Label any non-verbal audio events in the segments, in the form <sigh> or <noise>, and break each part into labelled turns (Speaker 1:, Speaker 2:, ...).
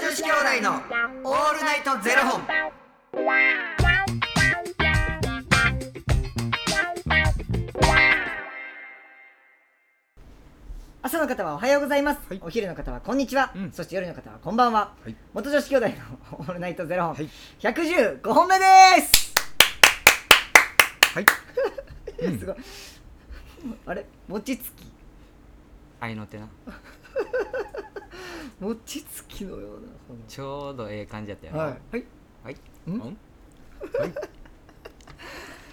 Speaker 1: 子兄弟のオールナイトゼロ本。
Speaker 2: 朝の方はおはようございます、
Speaker 3: はい
Speaker 2: お昼の方はこんにちは、
Speaker 3: うん
Speaker 2: そして夜の方はこんばんは、
Speaker 3: はい
Speaker 2: 元女子兄弟のオールナイトゼロ本、
Speaker 3: はい
Speaker 2: 115本目です、
Speaker 3: はい
Speaker 2: <laughs> すごいあれ餅つき
Speaker 1: 愛の手な
Speaker 2: 餅つきのようなこ
Speaker 1: ちょうどええ感じやったよ
Speaker 2: の
Speaker 1: な
Speaker 2: はい、はい
Speaker 1: はい
Speaker 3: うん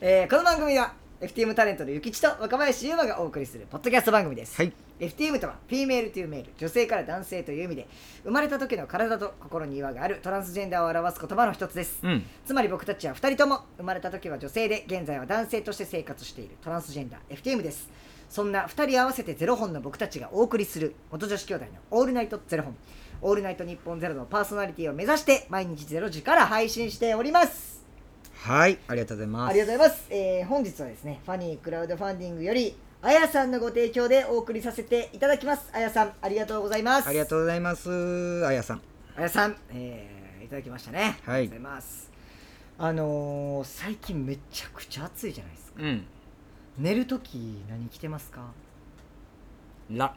Speaker 2: えーこの番組は FTM タレントのゆきちと若林優馬がお送りするポッドキャスト番組です、
Speaker 3: はい
Speaker 2: FTM とはフィメールというメール女性から男性という意味で生まれた時の体と心に違和があるトランスジェンダーを表す言葉の一つです、
Speaker 1: うん
Speaker 2: つまり僕たちは2人とも生まれた時は女性で現在は男性として生活しているトランスジェンダー FTM ですそんな2人合わせてゼロ本の僕たちがお送りする元女子兄弟の「オールナイトゼロ本」「オールナイト日本ゼロのパーソナリティを目指して毎日ゼロ時から配信しております
Speaker 3: はいありがとうございます
Speaker 2: ありがとうございます、えー本日はですねファニークラウドファンディングよりあやさんのご提供でお送りさせていただきますあやさんありがとうございます
Speaker 3: ありがとうございますあやさん
Speaker 2: あやさん、えーいただきましたね
Speaker 3: はい
Speaker 2: ありがとうございますあのー最近めちゃくちゃ暑いじゃないですか
Speaker 1: うん
Speaker 2: 寝るとき何着てますか
Speaker 1: ラ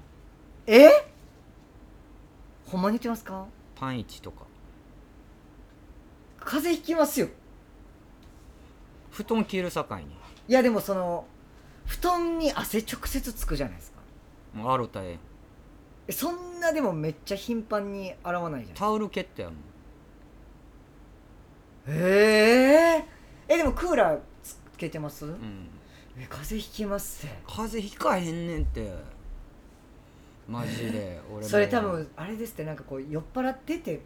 Speaker 2: えほんまに言ってますか
Speaker 1: パンイチとか
Speaker 2: 風邪ひきますよ
Speaker 1: 布団着る境に
Speaker 2: いやでもその布団に汗直接つくじゃないですか
Speaker 1: もうあるたえ
Speaker 2: えそんなでもめっちゃ頻繁に洗わないじゃないですか
Speaker 1: タオルケットやもん
Speaker 2: えええでもクーラーつけてます、
Speaker 1: うん
Speaker 2: え風邪ひきますって
Speaker 1: 風邪ひかへんねんってマジ
Speaker 2: <laughs>
Speaker 1: で俺も
Speaker 2: それ多分あれですってなんかこう酔っ払ってて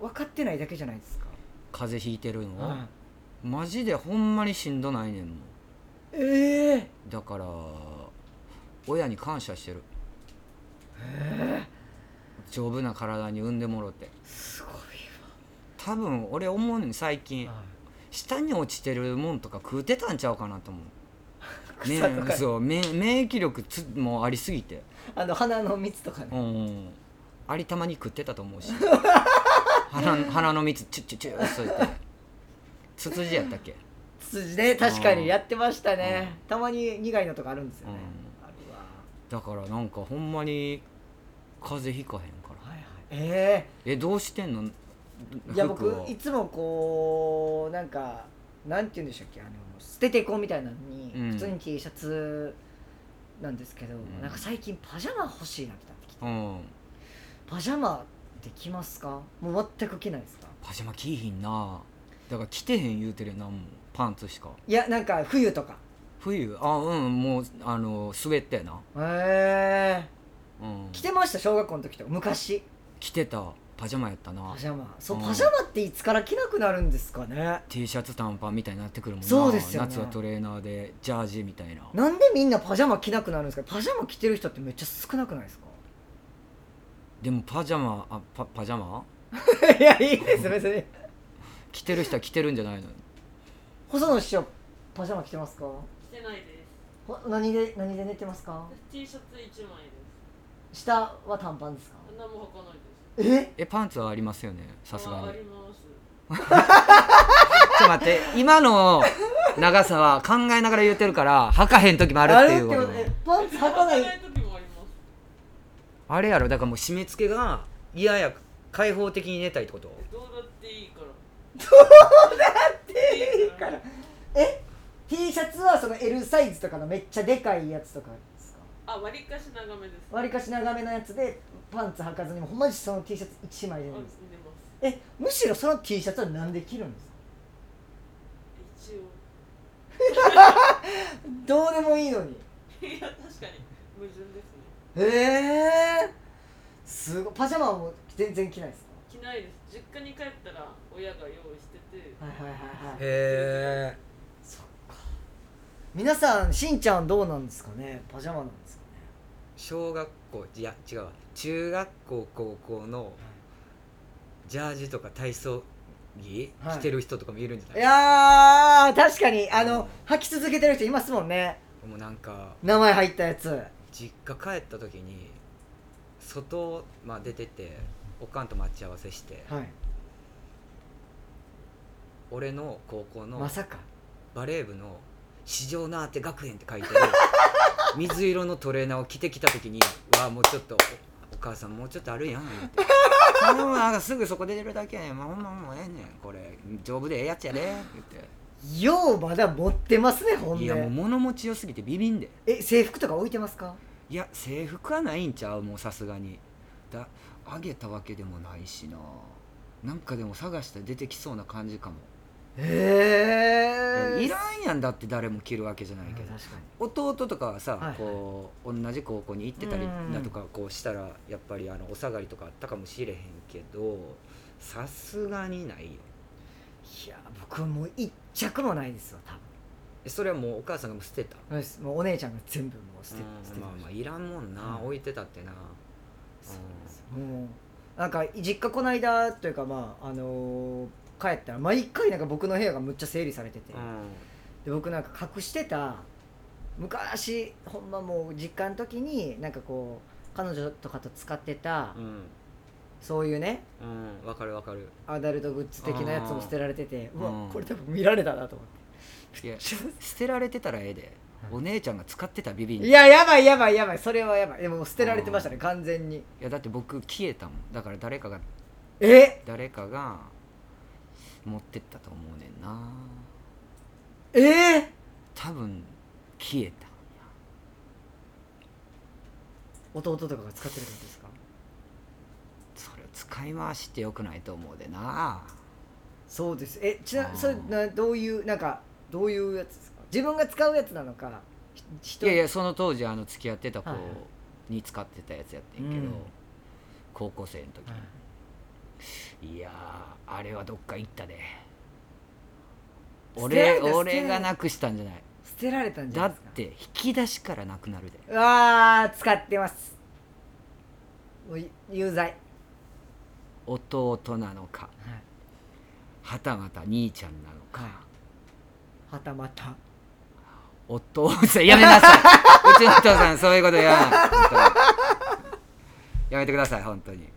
Speaker 2: 分かってないだけじゃないですか、
Speaker 1: 風邪ひいてるの、
Speaker 2: はい
Speaker 1: マジでほんまにしんどないねんもん
Speaker 2: ええ
Speaker 1: だから親に感謝してる丈夫な体に産んでもろて
Speaker 2: すごい
Speaker 1: 多分俺思うねん最近
Speaker 2: わ、
Speaker 1: 下に落ちてるもんとか食うてたんちゃうかなと思う
Speaker 2: 草とか
Speaker 1: ねそう免免疫力つもうありすぎて
Speaker 2: あの花の蜜とかね
Speaker 1: うんありたまに食ってたと
Speaker 2: <laughs>
Speaker 1: 思うし鼻鼻の蜜チュッチュッチュッそうやってツツジやったっけ
Speaker 2: 筋ね確かにやってましたね、たまに苦いのとかあるんですよね、
Speaker 1: う
Speaker 2: あるわ
Speaker 1: だからなんかほんまに風邪ひかへんから
Speaker 2: はいはいえ
Speaker 1: えどうしてんの
Speaker 2: えいや
Speaker 1: 服
Speaker 2: 僕
Speaker 1: はい
Speaker 2: つもこうなんかなんて言うんでしたっけあの捨てていこうみたいなのに、
Speaker 1: うん
Speaker 2: 普通に T シャツなんですけど、
Speaker 1: ん
Speaker 2: なんか最近パジャマ欲しいなってなってきて
Speaker 1: うん
Speaker 2: パジャマできますかもう全く着ないですか
Speaker 1: パジャマ着いひんなだから着てへん言うてるやんなんもパンツしか
Speaker 2: いやなんか冬とか
Speaker 1: 冬あうんもうあのスウェットやな、
Speaker 2: へえ
Speaker 1: うん、
Speaker 2: 着てました小学校の時とか昔
Speaker 1: 着てたパジャマやったな
Speaker 2: パジャマそう
Speaker 1: うん
Speaker 2: パジャマっていつから着なくなるんですかね
Speaker 1: T シャツ短パンみたいになってくるもんな
Speaker 2: そうですよね
Speaker 1: 夏はトレーナーでジャージみたいな
Speaker 2: なんでみんなパジャマ着なくなるんですかパジャマ着てる人ってめっちゃ少なくないですか
Speaker 1: でもパジャマあパパジャマ
Speaker 2: <laughs> いやいいです別に
Speaker 1: 着てる人は着てるんじゃないの
Speaker 2: 細野師匠パジャマ着てますか
Speaker 4: してないです
Speaker 2: ほ何で何で寝てますか
Speaker 4: T シャツ1枚です
Speaker 2: 下は短パンですか
Speaker 4: 何も履かないです
Speaker 2: え
Speaker 1: えパンツはありますよねさすがに
Speaker 4: ああります
Speaker 1: ちょっと待って今の長さは考えながら言うてるから履かへん時もあるっていうこ
Speaker 2: あ
Speaker 1: と
Speaker 2: るってことえパンツ履かな
Speaker 4: 履かない
Speaker 2: い
Speaker 4: 時もあります
Speaker 1: あれやろだからもう締め付けが嫌や開放的に寝たいってこと
Speaker 4: どうだっていいから
Speaker 2: いいからえ T シャツはその L サイズとかのめっちゃでかいやつとかですか
Speaker 4: あ割りかし長めです
Speaker 2: わりかし長めのやつでパンツ履かずにほんまにその T シャツ1枚で
Speaker 4: あ
Speaker 2: 寝る
Speaker 4: 寝
Speaker 2: ん
Speaker 4: ま
Speaker 2: ですえむしろその T シャツはなんで着るんですか
Speaker 4: す一応
Speaker 2: どうでもいいのに
Speaker 4: いや確かに矛盾ですね
Speaker 2: へえすごいパジャマはもう全然着ないです
Speaker 4: 着ないです実家に帰ったら親が用意してて
Speaker 2: かはいはいはいはい
Speaker 1: へえ
Speaker 2: そっか皆さんしんちゃんどうなんですかねパジャマなんですかね
Speaker 1: 小学校いや違うわ中学校高校のジャージとか体操着
Speaker 2: はい
Speaker 1: 着てる人とかもいるんじゃないい、
Speaker 2: やー確かにあの履き続けてる人いますもんね
Speaker 1: もうなんか
Speaker 2: 名前入ったやつ
Speaker 1: 実家帰った時に外、まあ、出てておかんと待ち合わせして
Speaker 2: はい
Speaker 1: 俺の高校の
Speaker 2: まさか
Speaker 1: バレー部の「市場なあて学園」って書いてる <laughs> 水色のトレーナーを着てきた時に「わあもうちょっとおお母さんもうちょっとあるやん」言って「そんなもんなんかすぐそこ出てるだけやねんまあほんまもうええねんこれ丈夫でええやつやで」言っ
Speaker 2: ようまだ持ってますねほん
Speaker 1: て「いやもう
Speaker 2: で
Speaker 1: 物持ちよすぎてビビんで」
Speaker 2: え制服とか置いてますか
Speaker 1: いや制服はないんちゃうもうさすがにだあげたわけでもないしななんかでも探したら出てきそうな感じかも、
Speaker 2: へえ
Speaker 1: いらんやんだって誰も着るわけじゃないけど
Speaker 2: 確かに
Speaker 1: 弟とかはさ、
Speaker 2: はいはい
Speaker 1: こう同じ高校に行ってたり
Speaker 2: うん
Speaker 1: だとかこうしたらやっぱりあのお下がりとかあったかもしれへんけどさすがにないよ
Speaker 2: いや僕もう一着もないですわ多分
Speaker 1: えそれはもうお母さんがもう捨てた
Speaker 2: そうですもうお姉ちゃんが全部もう捨て
Speaker 1: うん
Speaker 2: 捨てて
Speaker 1: まあま
Speaker 2: ま
Speaker 1: あ
Speaker 2: し
Speaker 1: いらんもんな、
Speaker 2: うん
Speaker 1: 置いてたってな
Speaker 2: そうなんですたもうなんか実家こないだというかまああのー帰ったら毎回なんか僕の部屋がむっちゃ整理されてて、
Speaker 1: う
Speaker 2: で僕なんか隠してた昔ほんまもう実家の時になんかこう彼女とかと使ってた、
Speaker 1: んうん
Speaker 2: そういうね
Speaker 1: うんわかるわかる
Speaker 2: アダルトグッズ的なやつも捨てられてて
Speaker 1: うん
Speaker 2: うわ
Speaker 1: うん
Speaker 2: これ多分見られたなと思っ
Speaker 1: いや
Speaker 2: て
Speaker 1: 捨てられてたらええでお姉ちゃんが使ってたビビン
Speaker 2: いややばいやばいやばいそれはやばいでももう捨てられてましたね
Speaker 1: うん
Speaker 2: 完全に
Speaker 1: いやだって僕消えたもんだから誰かが
Speaker 2: え
Speaker 1: 誰かが持ってったと思うねんな
Speaker 2: えー、
Speaker 1: 多分消えた
Speaker 2: 弟とかが使ってるってことですか
Speaker 1: それを使い回しってよくないと思うでな
Speaker 2: そうですえちな
Speaker 1: あー
Speaker 2: それなどういうなんかどういうやつですか自分が使うやつなのかひ
Speaker 1: い
Speaker 2: 人
Speaker 1: やいやその当時あの付き合ってた子
Speaker 2: はいはい
Speaker 1: に使ってたやつやってんけど、
Speaker 2: うん
Speaker 1: 高校生の時、
Speaker 2: はい
Speaker 1: い、やーあれはどっか行ったで
Speaker 2: 捨てられ
Speaker 1: 俺
Speaker 2: た
Speaker 1: 俺がなくしたんじゃない
Speaker 2: 捨てられたんじゃ
Speaker 1: だ
Speaker 2: ない
Speaker 1: っ
Speaker 2: ですか
Speaker 1: て引き出しからなくなるで
Speaker 2: うわー使ってますもうゆ有罪
Speaker 1: 弟なのか
Speaker 2: はい
Speaker 1: はたまた兄ちゃんなのか、
Speaker 2: はたまた
Speaker 1: お父さんやめ
Speaker 2: <laughs>
Speaker 1: なさいうちのお父さんそういうことややめてください本当に、
Speaker 2: い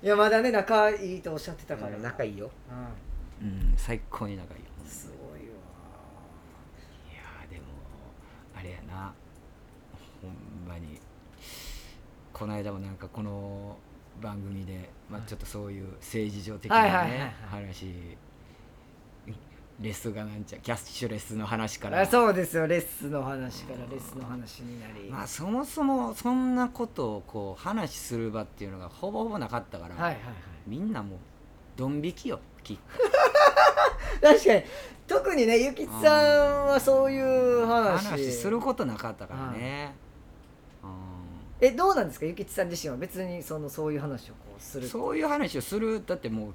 Speaker 2: やまだね仲いいとおっしゃってたから、うん、
Speaker 1: 仲
Speaker 2: い、
Speaker 1: いいようん最高に仲いいよ
Speaker 2: すごいわ
Speaker 1: いやーでもあれやなほんまにこの間もなんかこの番組で、まあ、ちょっとそういう政治上的なね、
Speaker 2: はいはいはいはい
Speaker 1: 話レスがなんちゃキャッシュレスの話から
Speaker 2: あそうですよレッスンの話からレッスンの話になり、
Speaker 1: まあそもそもそんなことをこう話する場っていうのがほぼほぼなかったから、
Speaker 2: はいはいはい
Speaker 1: みんなもうドン引きよき
Speaker 2: 確かに特にねゆきさんはそういう話
Speaker 1: 話することなかったからね、
Speaker 2: えどうなんですかゆきちさん自身は別にそのそういう話をこうす
Speaker 1: うん、
Speaker 2: る
Speaker 1: そういう話をするだってもう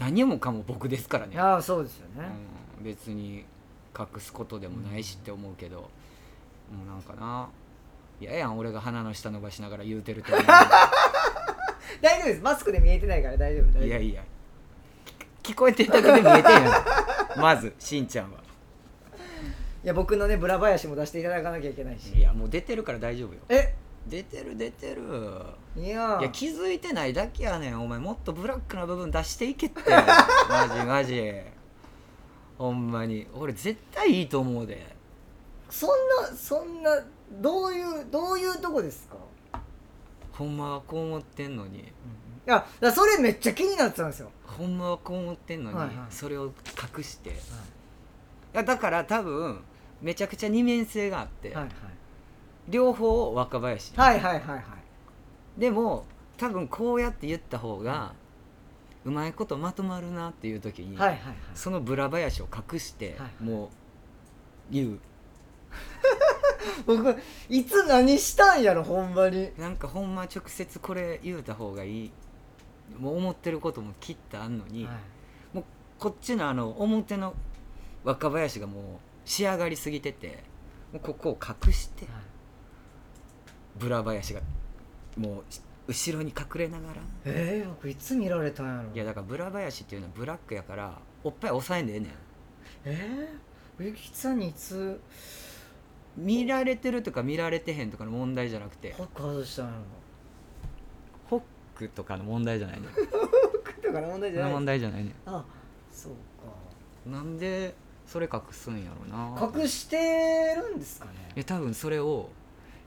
Speaker 1: 何もかも僕ですからね、
Speaker 2: ああそうですよね、
Speaker 1: うん、別に隠すことでもないしって思うけど、もうなんかな嫌ややん俺が鼻の下伸ばしながら言うてると思
Speaker 2: <laughs> 大丈夫ですマスクで見えてないから大丈夫大丈
Speaker 1: う
Speaker 2: 夫
Speaker 1: いやいや聞聞こえてるだけで見えてん
Speaker 2: <laughs>
Speaker 1: やんまずしんちゃんはい
Speaker 2: や僕のねブラ林も出していただかなきゃいけないし
Speaker 1: いやもう出てるから大丈夫よ
Speaker 2: え
Speaker 1: 出てる出てる
Speaker 2: いや
Speaker 1: いや気づいてないだけやねんお前もっとブラックな部分出していけって
Speaker 2: <laughs>
Speaker 1: マジマジほんまに俺絶対いいと思うで
Speaker 2: そんなそんなどういうどういうとこですか
Speaker 1: ほんまはこう思ってんのに
Speaker 2: いやだからそれめっちゃ気になってたんですよ
Speaker 1: ほんまはこう思ってんのに、
Speaker 2: はいはい
Speaker 1: それを隠して、いやだから多分めちゃくちゃ二面性があって、
Speaker 2: はい
Speaker 1: 両方若林に、
Speaker 2: はいはいはいはいはい
Speaker 1: でも多分こうやって言った方が、うまいことまとまるなっていう時に、
Speaker 2: はいはいはい
Speaker 1: そのブラ林を隠して、
Speaker 2: はい
Speaker 1: もう言う
Speaker 2: 僕いつ何したんやろほんまに
Speaker 1: なんかほんま直接これ言うた方がいいもう思ってることもきっとあんのに、こっちのあの表の若林がもう仕上がりすぎててもうここを隠してブラ林がもうし後ろに隠れながら
Speaker 2: えー、僕いつ見られたんやろ
Speaker 1: いやだからブラ林っていうのはブラックやからおっぱい押さえんでええねん
Speaker 2: えー、ゆきさんにいつ
Speaker 1: 見られてるとか見られてへんとかの問題じゃなくて
Speaker 2: ホック外したんやろ
Speaker 1: ホックとかの問題じゃないね
Speaker 2: だから問題
Speaker 1: そ
Speaker 2: <laughs> じゃ
Speaker 1: の
Speaker 2: ない
Speaker 1: 問題じゃないね
Speaker 2: あそう
Speaker 1: なんでそれ隠すんやろうな
Speaker 2: か隠してるんですかね
Speaker 1: え多分それを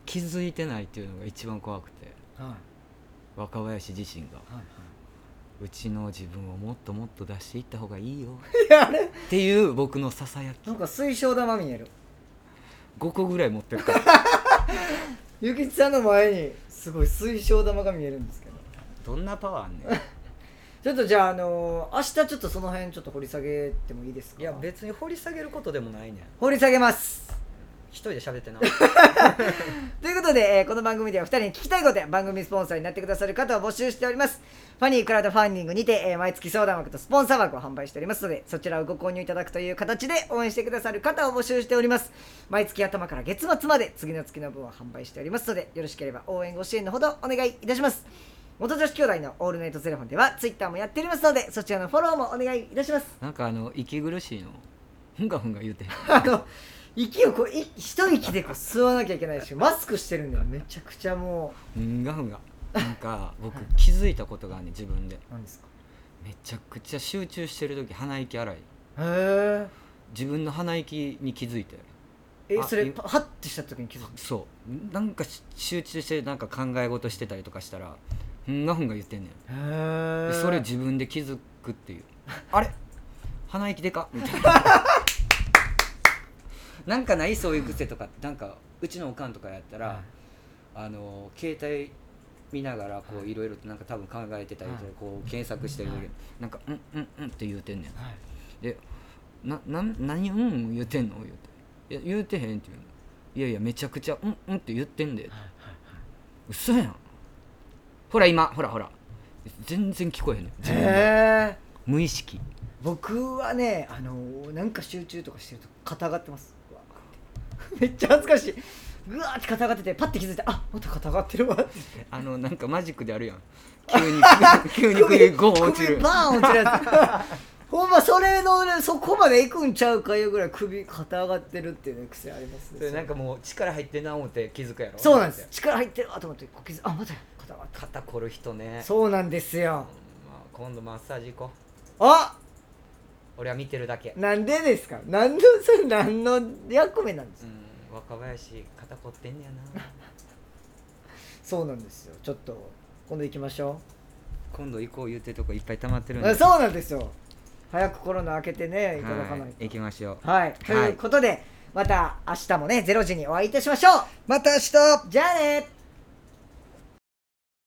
Speaker 1: 気づいてないっていうのが一番怖くて
Speaker 2: はい
Speaker 1: 若林自身が
Speaker 2: はいう
Speaker 1: ちの自分をもっともっと出していった方が <laughs> いいよ
Speaker 2: はいいやあれ
Speaker 1: っていう僕のささやき
Speaker 2: なんか水晶玉見える
Speaker 1: 5個ぐらい持ってるから
Speaker 2: ゆきちさんの前にすごい水晶玉が見えるんですけど
Speaker 1: <laughs> どんなパワーあんね <laughs> ん
Speaker 2: ちょっとじゃああのー明日ちょっとその辺ちょっと掘り下げてもいいですか
Speaker 1: いや別に掘り下げることでもないねん
Speaker 2: 掘り下げます
Speaker 1: 一人で喋ってな
Speaker 2: ということで、えーこの番組では2人に聞きたいことや番組スポンサーになってくださる方を募集しておりますファニークラウドファンディングにて、えー毎月相談枠とスポンサー枠を販売しておりますのでそちらをご購入いただくという形で応援してくださる方を募集しております毎月頭から月末まで次の月の分を販売しておりますのでよろしければ応援ご支援のほどお願いいたします元女子兄弟のオールナイトゼロフォンではツイッターもやっておりますのでそちらのフォローもお願いいたします <laughs>
Speaker 1: <laughs> なんかあの息苦しいのふんがふんが言うてへん
Speaker 2: あの息をこうい一息でこう吸わなきゃいけないしマスクしてるんだよめちゃくちゃも
Speaker 1: ふんがふんがなんか僕気づいたことがあんねん自分で
Speaker 2: う何ですか
Speaker 1: めちゃくちゃ集中してる時鼻息荒い
Speaker 2: へえ
Speaker 1: 自分の鼻息に気づいて
Speaker 2: え
Speaker 1: あ
Speaker 2: それ
Speaker 1: い
Speaker 2: パハッてした時に気づく
Speaker 1: そうなんかし集中してなんか考え事してたりとかしたらふんがふんが言ってんねん
Speaker 2: へ
Speaker 1: でそれ自分で気づくっていう <laughs> あれ鼻息でかみたいななんかないそういう癖とかってなんかうちのおかんとかやったら、
Speaker 2: はい
Speaker 1: あの携帯見ながらこういろいろとなんか多分考えてたりとか
Speaker 2: はい
Speaker 1: こう検索してる、
Speaker 2: はい
Speaker 1: なんか「うんうんうん」って言うてんねん
Speaker 2: はい
Speaker 1: で「ななん何うん言うてんの?」言うて「いや言うてへん」って言うの「いやいやめちゃくちゃうんうんって言ってんで」嘘やんほら今ほらほら全然聞こえへんねん自分の
Speaker 2: へえ
Speaker 1: 無意識
Speaker 2: 僕はねあのなんか集中とかしてると肩上がってますうわーって <laughs> めっちゃ恥ずかしいうわーって肩上がっててパッて気づいてあまた肩上がってるわって
Speaker 1: あのなんかマジックであるやん急に <laughs> 急に首ゴーン落ちる
Speaker 2: 首バーン落ちるやつ <laughs> ほんまそれのねそこまでいくんちゃうかいうぐらい首肩上がってるっていうね癖ありますね
Speaker 1: それなんかもう力入ってんな思って気づくやろ
Speaker 2: そうなんです力入ってるわと思ってこう気づあまた肩上がって
Speaker 1: 肩凝る人ね
Speaker 2: るそうなんですよ
Speaker 1: まあ、今度マッサージ行こ
Speaker 2: あ
Speaker 1: う俺は見てるだけ
Speaker 2: なんでですか何のそれ何の役目なんです
Speaker 1: う
Speaker 2: か、
Speaker 1: ん若林肩凝ってんねやな
Speaker 2: そうなんですよちょっと今度行きましょ
Speaker 1: 今度行こう言うてるとこいっぱい溜まって
Speaker 2: う、
Speaker 1: るん
Speaker 2: あ
Speaker 1: で
Speaker 2: そうなんですよ早くコロナ明けてねいただかな
Speaker 1: はいい行き
Speaker 2: と
Speaker 1: ましょう
Speaker 2: はい、ということでまた明日もね0時にお会いいたしましょう
Speaker 3: また明日
Speaker 2: じゃあね